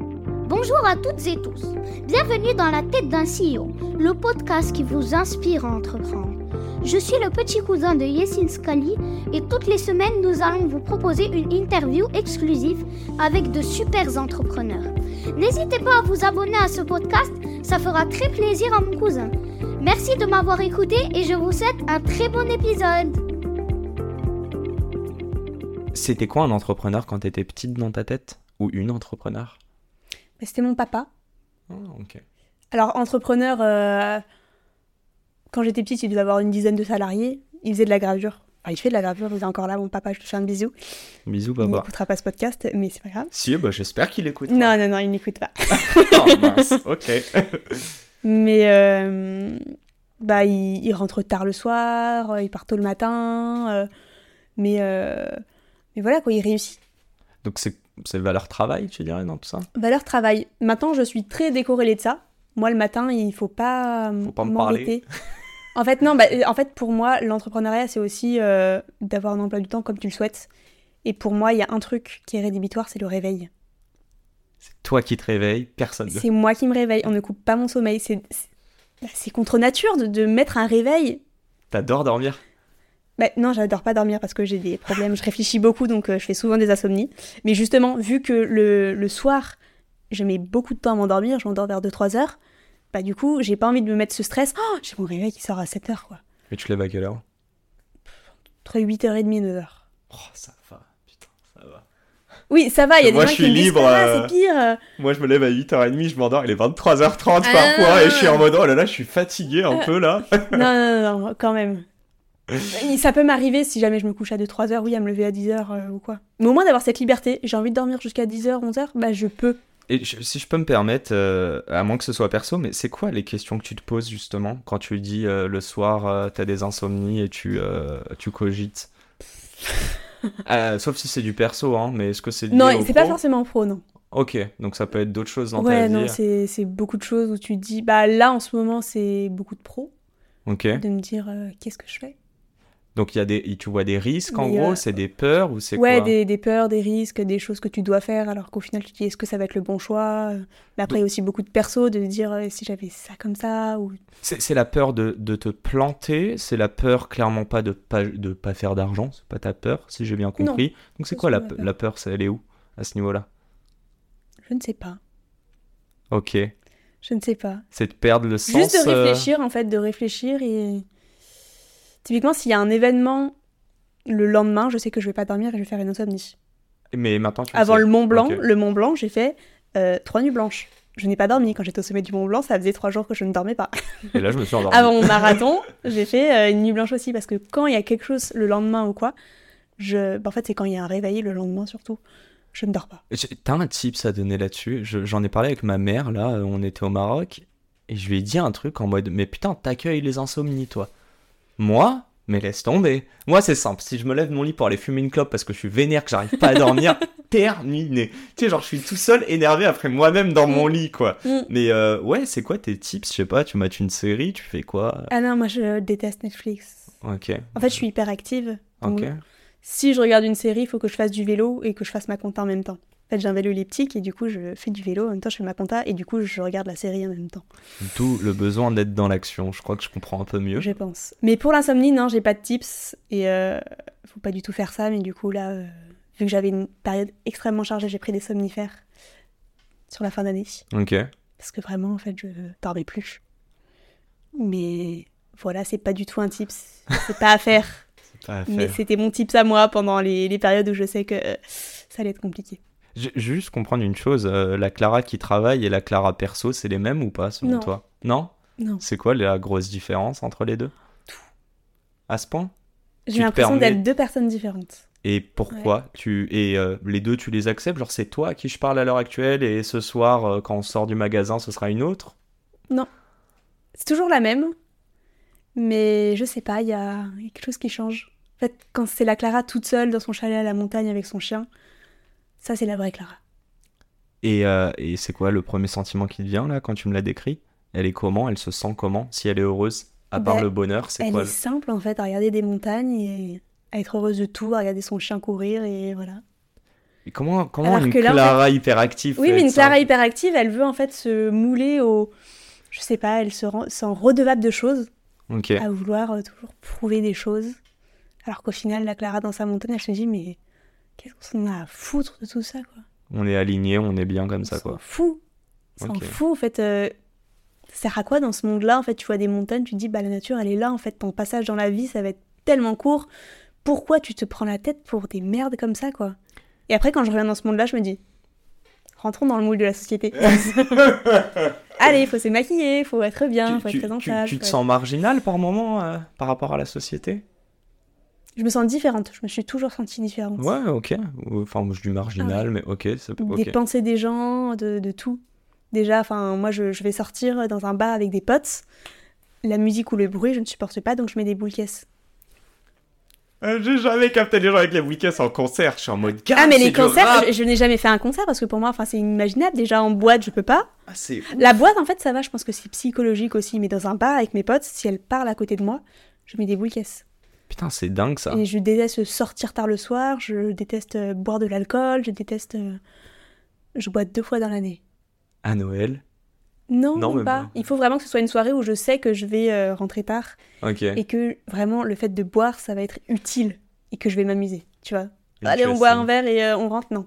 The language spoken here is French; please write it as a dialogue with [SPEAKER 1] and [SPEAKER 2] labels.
[SPEAKER 1] Bonjour à toutes et tous. Bienvenue dans La tête d'un CEO, le podcast qui vous inspire à entreprendre. Je suis le petit cousin de Yessine Scali et toutes les semaines, nous allons vous proposer une interview exclusive avec de super entrepreneurs. N'hésitez pas à vous abonner à ce podcast, ça fera très plaisir à mon cousin. Merci de m'avoir écouté et je vous souhaite un très bon épisode.
[SPEAKER 2] C'était quoi un entrepreneur quand t'étais petite dans ta tête Ou une entrepreneur
[SPEAKER 3] Bah, C'était mon papa.
[SPEAKER 2] Ah, ok.
[SPEAKER 3] Alors, entrepreneur, euh, quand j'étais petite, il devait avoir une dizaine de salariés. Il faisait de la gravure. Enfin, il fait de la gravure, il est encore là, mon papa, je te fais un bisou.
[SPEAKER 2] Bisous,
[SPEAKER 3] Il
[SPEAKER 2] baba.
[SPEAKER 3] n'écoutera pas ce podcast, mais c'est pas grave.
[SPEAKER 2] Si, bah, j'espère qu'il écoute.
[SPEAKER 3] Non, non, non, il n'écoute pas.
[SPEAKER 2] Oh, mince, ok.
[SPEAKER 3] Mais euh, bah, il, il rentre tard le soir, euh, il part tôt le matin. euh, mais, euh, mais voilà, quoi, il réussit.
[SPEAKER 2] Donc, c'est c'est valeur travail, tu dirais, dans tout ça
[SPEAKER 3] Valeur travail. Maintenant, je suis très décorrélée de ça. Moi, le matin, il faut pas euh,
[SPEAKER 2] Faut pas me
[SPEAKER 3] m'embêter. En fait, non, bah, euh, en fait, pour moi, l'entrepreneuriat, c'est aussi euh, d'avoir un emploi du temps comme tu le souhaites. Et pour moi, il y a un truc qui est rédhibitoire, c'est le réveil.
[SPEAKER 2] C'est toi qui te réveilles, personne d'autre.
[SPEAKER 3] C'est moi qui me réveille, on ne coupe pas mon sommeil. C'est c'est- bah, c'est contre nature de, de mettre un réveil.
[SPEAKER 2] T'adores dormir
[SPEAKER 3] Bah, non, j'adore pas dormir parce que j'ai des problèmes, je réfléchis beaucoup, donc euh, je fais souvent des insomnies. Mais justement, vu que le, le soir, je mets beaucoup de temps à m'endormir, je m'endors vers 2-3 heures, bah du coup, j'ai pas envie de me mettre ce stress. Oh, j'ai mon réveil qui sort à 7 heures, quoi.
[SPEAKER 2] Mais tu te lèves à quelle heure
[SPEAKER 3] Entre 8h30 et 9h.
[SPEAKER 2] Oh, ça va, putain, ça va.
[SPEAKER 3] Oui, ça va, il y a
[SPEAKER 2] Moi,
[SPEAKER 3] des
[SPEAKER 2] je
[SPEAKER 3] gens qui
[SPEAKER 2] suis
[SPEAKER 3] me disent,
[SPEAKER 2] libre,
[SPEAKER 3] ça va,
[SPEAKER 2] euh,
[SPEAKER 3] c'est pire.
[SPEAKER 2] Moi, je me lève à 8h30, je m'endors, il est 23h30
[SPEAKER 3] Ah.
[SPEAKER 2] parfois, et je suis en mode, oh là là, je suis fatigué
[SPEAKER 3] Euh,
[SPEAKER 2] un peu, là.
[SPEAKER 3] non, non, non, non, quand même. Et ça peut m'arriver si jamais je me couche à 2-3 heures, oui, à me lever à 10 heures euh, ou quoi. Mais au moins d'avoir cette liberté, j'ai envie de dormir jusqu'à 10 heures, 11 heures, bah je peux.
[SPEAKER 2] Et je- si je peux me permettre, euh, à moins que ce soit perso, mais c'est quoi les questions que tu te poses justement quand tu dis euh, le soir euh, t'as des insomnies et tu, euh, tu cogites Euh, Sauf si c'est du perso, hein, mais est-ce que c'est lié
[SPEAKER 3] Non,
[SPEAKER 2] au
[SPEAKER 3] c'est pas
[SPEAKER 2] pro
[SPEAKER 3] forcément pro, non.
[SPEAKER 2] Ok, donc ça peut être d'autres choses dans ta
[SPEAKER 3] ouais, non,
[SPEAKER 2] vie.
[SPEAKER 3] c'est c'est beaucoup de choses où tu te dis, bah là en ce moment c'est beaucoup de pro,
[SPEAKER 2] Ok,
[SPEAKER 3] de me dire euh, qu'est-ce que je fais.
[SPEAKER 2] donc il y a des, tu vois des risques en
[SPEAKER 3] Mais,
[SPEAKER 2] gros,
[SPEAKER 3] euh,
[SPEAKER 2] c'est des peurs ou c'est
[SPEAKER 3] Ouais,
[SPEAKER 2] quoi
[SPEAKER 3] des, des peurs, des risques, des choses que tu dois faire alors qu'au final tu te dis est-ce que ça va être le bon choix. Mais après il y a aussi beaucoup de perso, de dire euh, si j'avais ça comme ça ou.
[SPEAKER 2] C'est c'est la peur de, de te planter, c'est la peur clairement pas de pas, de pas faire d'argent, c'est pas ta peur, si j'ai bien
[SPEAKER 3] Non.
[SPEAKER 2] compris. donc c'est
[SPEAKER 3] Ça,
[SPEAKER 2] quoi
[SPEAKER 3] c'est
[SPEAKER 2] la,
[SPEAKER 3] pas ma peur.
[SPEAKER 2] la peur, c'est- elle est où à ce niveau-là
[SPEAKER 3] Je ne sais pas,
[SPEAKER 2] Ok.
[SPEAKER 3] je ne sais pas.
[SPEAKER 2] C'est de perdre le sens.
[SPEAKER 3] Juste de
[SPEAKER 2] euh,
[SPEAKER 3] réfléchir en fait, de réfléchir et. Typiquement, s'il y a un événement le lendemain, je sais que je vais pas dormir et je vais faire une insomnie.
[SPEAKER 2] Mais maintenant, tu le
[SPEAKER 3] Avant
[SPEAKER 2] sais.
[SPEAKER 3] le Mont Blanc,
[SPEAKER 2] Ah, Ok.
[SPEAKER 3] le Mont Blanc, j'ai fait euh, trois nuits blanches. Je n'ai pas dormi quand j'étais au sommet du Mont Blanc, ça faisait trois jours que je ne dormais pas.
[SPEAKER 2] Et là, je me suis endormi.
[SPEAKER 3] Avant mon marathon, j'ai fait euh, une nuit blanche aussi parce que quand il y a quelque chose le lendemain ou quoi, je, bah, en fait c'est quand il y a un réveil le lendemain surtout, je ne dors pas.
[SPEAKER 2] J'ai- T'as un tips à donner là-dessus Je- J'en ai parlé avec ma mère, là, euh, on était au Maroc, et je lui ai dit un truc en mode Mais putain, t'accueilles les insomnies, toi. Moi Mais laisse tomber. Moi, c'est simple. Si je me lève de mon lit pour aller fumer une clope parce que je suis vénère, que j'arrive pas à dormir, terminé. Tu sais, genre, je suis tout seul énervé après moi-même dans mon lit, quoi. Mais euh, ouais, c'est quoi tes tips Je sais pas, tu mates une série, tu fais quoi
[SPEAKER 3] Ah non, moi je déteste Netflix.
[SPEAKER 2] Ok.
[SPEAKER 3] En fait, je suis hyper active.
[SPEAKER 2] Ok.
[SPEAKER 3] Si je regarde une série, il faut que je fasse du vélo et que je fasse ma compta en même temps. En fait, j'ai un vélo elliptique et du coup, je fais du vélo en même temps, je fais ma compta et du coup, je regarde la série en même temps.
[SPEAKER 2] D'où le besoin d'être dans l'action. Je crois que je comprends un peu mieux.
[SPEAKER 3] Je pense. Mais pour l'insomnie, non, j'ai pas de tips et euh, faut pas du tout faire ça. Mais du coup, là, euh, vu que j'avais une période extrêmement chargée, j'ai pris des somnifères sur la fin d'année
[SPEAKER 2] Ok.
[SPEAKER 3] parce que vraiment, en fait, je dormais plus. Mais voilà, c'est pas du tout un tips, c'est pas à faire.
[SPEAKER 2] Pas à
[SPEAKER 3] mais
[SPEAKER 2] faire.
[SPEAKER 3] c'était mon tips à moi pendant les, les périodes où je sais que euh, ça allait être compliqué.
[SPEAKER 2] Ju- Juste comprendre une chose, euh, la Clara qui travaille et la Clara perso, c'est les mêmes ou pas selon
[SPEAKER 3] Non.
[SPEAKER 2] toi Non
[SPEAKER 3] Non.
[SPEAKER 2] C'est quoi la grosse différence entre les deux
[SPEAKER 3] Tout.
[SPEAKER 2] À ce point Tu
[SPEAKER 3] J'ai
[SPEAKER 2] te
[SPEAKER 3] l'impression
[SPEAKER 2] permets-
[SPEAKER 3] d'être deux personnes différentes.
[SPEAKER 2] Et pourquoi tu Et euh, les deux, tu les acceptes Genre, c'est toi à qui je parle à l'heure actuelle et ce soir, euh, quand on sort du magasin, ce sera une autre
[SPEAKER 3] C'est toujours la même, mais je sais pas, il y a il y a quelque chose qui change. En fait, quand c'est la Clara toute seule dans son chalet à la montagne avec son chien, ça c'est la vraie Clara.
[SPEAKER 2] Et, euh, et c'est quoi le premier sentiment qui te vient là quand tu me l'as décrit Elle est comment Elle se sent comment Si elle est heureuse À part
[SPEAKER 3] Ben,
[SPEAKER 2] le bonheur, c'est
[SPEAKER 3] Elle
[SPEAKER 2] quoi
[SPEAKER 3] est
[SPEAKER 2] le-
[SPEAKER 3] simple en fait à regarder des montagnes et à être heureuse de tout, à regarder son chien courir et voilà.
[SPEAKER 2] Mais Comment, comment
[SPEAKER 3] Alors
[SPEAKER 2] une
[SPEAKER 3] que là, en
[SPEAKER 2] Clara hyperactive
[SPEAKER 3] Oui,
[SPEAKER 2] peut
[SPEAKER 3] mais
[SPEAKER 2] être
[SPEAKER 3] une
[SPEAKER 2] ça
[SPEAKER 3] Clara hyperactive, elle veut en fait se mouler au. Je sais pas, elle se rend, sent redevable de choses,
[SPEAKER 2] Ok.
[SPEAKER 3] à vouloir euh, toujours prouver des choses. Alors qu'au final, la Clara dans sa montagne, elle se dit, mais qu'est-ce qu'on en a à foutre de tout ça, quoi
[SPEAKER 2] On est aligné, on est bien comme ça,
[SPEAKER 3] On s'en
[SPEAKER 2] quoi.
[SPEAKER 3] fout On s'en
[SPEAKER 2] Ok.
[SPEAKER 3] fout, en fait. euh, Ça sert à quoi dans ce monde-là En fait, tu vois des montagnes, tu te dis, bah la nature, elle est là, en fait, ton passage dans la vie, ça va être tellement court. Pourquoi tu te prends la tête pour des merdes comme ça, quoi Et après, quand je reviens dans ce monde-là, je me dis, rentrons dans le moule de la société. Allez, faut se maquiller, faut être bien, faut
[SPEAKER 2] tu, tu- tu-
[SPEAKER 3] être présentable.
[SPEAKER 2] tu te
[SPEAKER 3] faut être-
[SPEAKER 2] sens marginal par moment euh, par rapport à la société
[SPEAKER 3] Je me sens différente, je me suis toujours sentie différente.
[SPEAKER 2] Ouais, ok. Enfin, moi, je dis marginal, mais ok. ça peut- ok.
[SPEAKER 3] Des pensées des gens, de, de tout. Déjà, enfin, moi, je, je vais sortir dans un bar avec des potes. La musique ou le bruit, je ne supporte pas, donc je mets des boules caisses.
[SPEAKER 2] Euh, J'ai jamais capté les gens avec les week-ends en concert. Je suis en mode
[SPEAKER 3] Ah, mais
[SPEAKER 2] c'est
[SPEAKER 3] les
[SPEAKER 2] du
[SPEAKER 3] concerts,
[SPEAKER 2] rap
[SPEAKER 3] je, je n'ai jamais fait un concert parce que pour moi, enfin, c'est inimaginable. Déjà, en boîte, je peux pas.
[SPEAKER 2] Ah, c'est ouf.
[SPEAKER 3] La boîte, en fait, ça va, je pense que c'est psychologique aussi. Mais dans un bar avec mes potes, si elle parle à côté de moi, je mets des boules caisses.
[SPEAKER 2] Putain, c'est dingue ça.
[SPEAKER 3] Et je déteste sortir tard le soir, je déteste euh, boire de l'alcool, je déteste. euh, Je bois deux fois dans l'année.
[SPEAKER 2] À Noël
[SPEAKER 3] Non,
[SPEAKER 2] Non,
[SPEAKER 3] même
[SPEAKER 2] mais
[SPEAKER 3] pas.
[SPEAKER 2] bon.
[SPEAKER 3] Il faut vraiment que ce soit une soirée où je sais que je vais euh, rentrer tard
[SPEAKER 2] Ok.
[SPEAKER 3] et que vraiment le fait de boire, ça va être utile et que je vais m'amuser, tu vois.
[SPEAKER 2] Et
[SPEAKER 3] Allez,
[SPEAKER 2] tu
[SPEAKER 3] on boit
[SPEAKER 2] essayes.
[SPEAKER 3] un verre et euh, on rentre, non.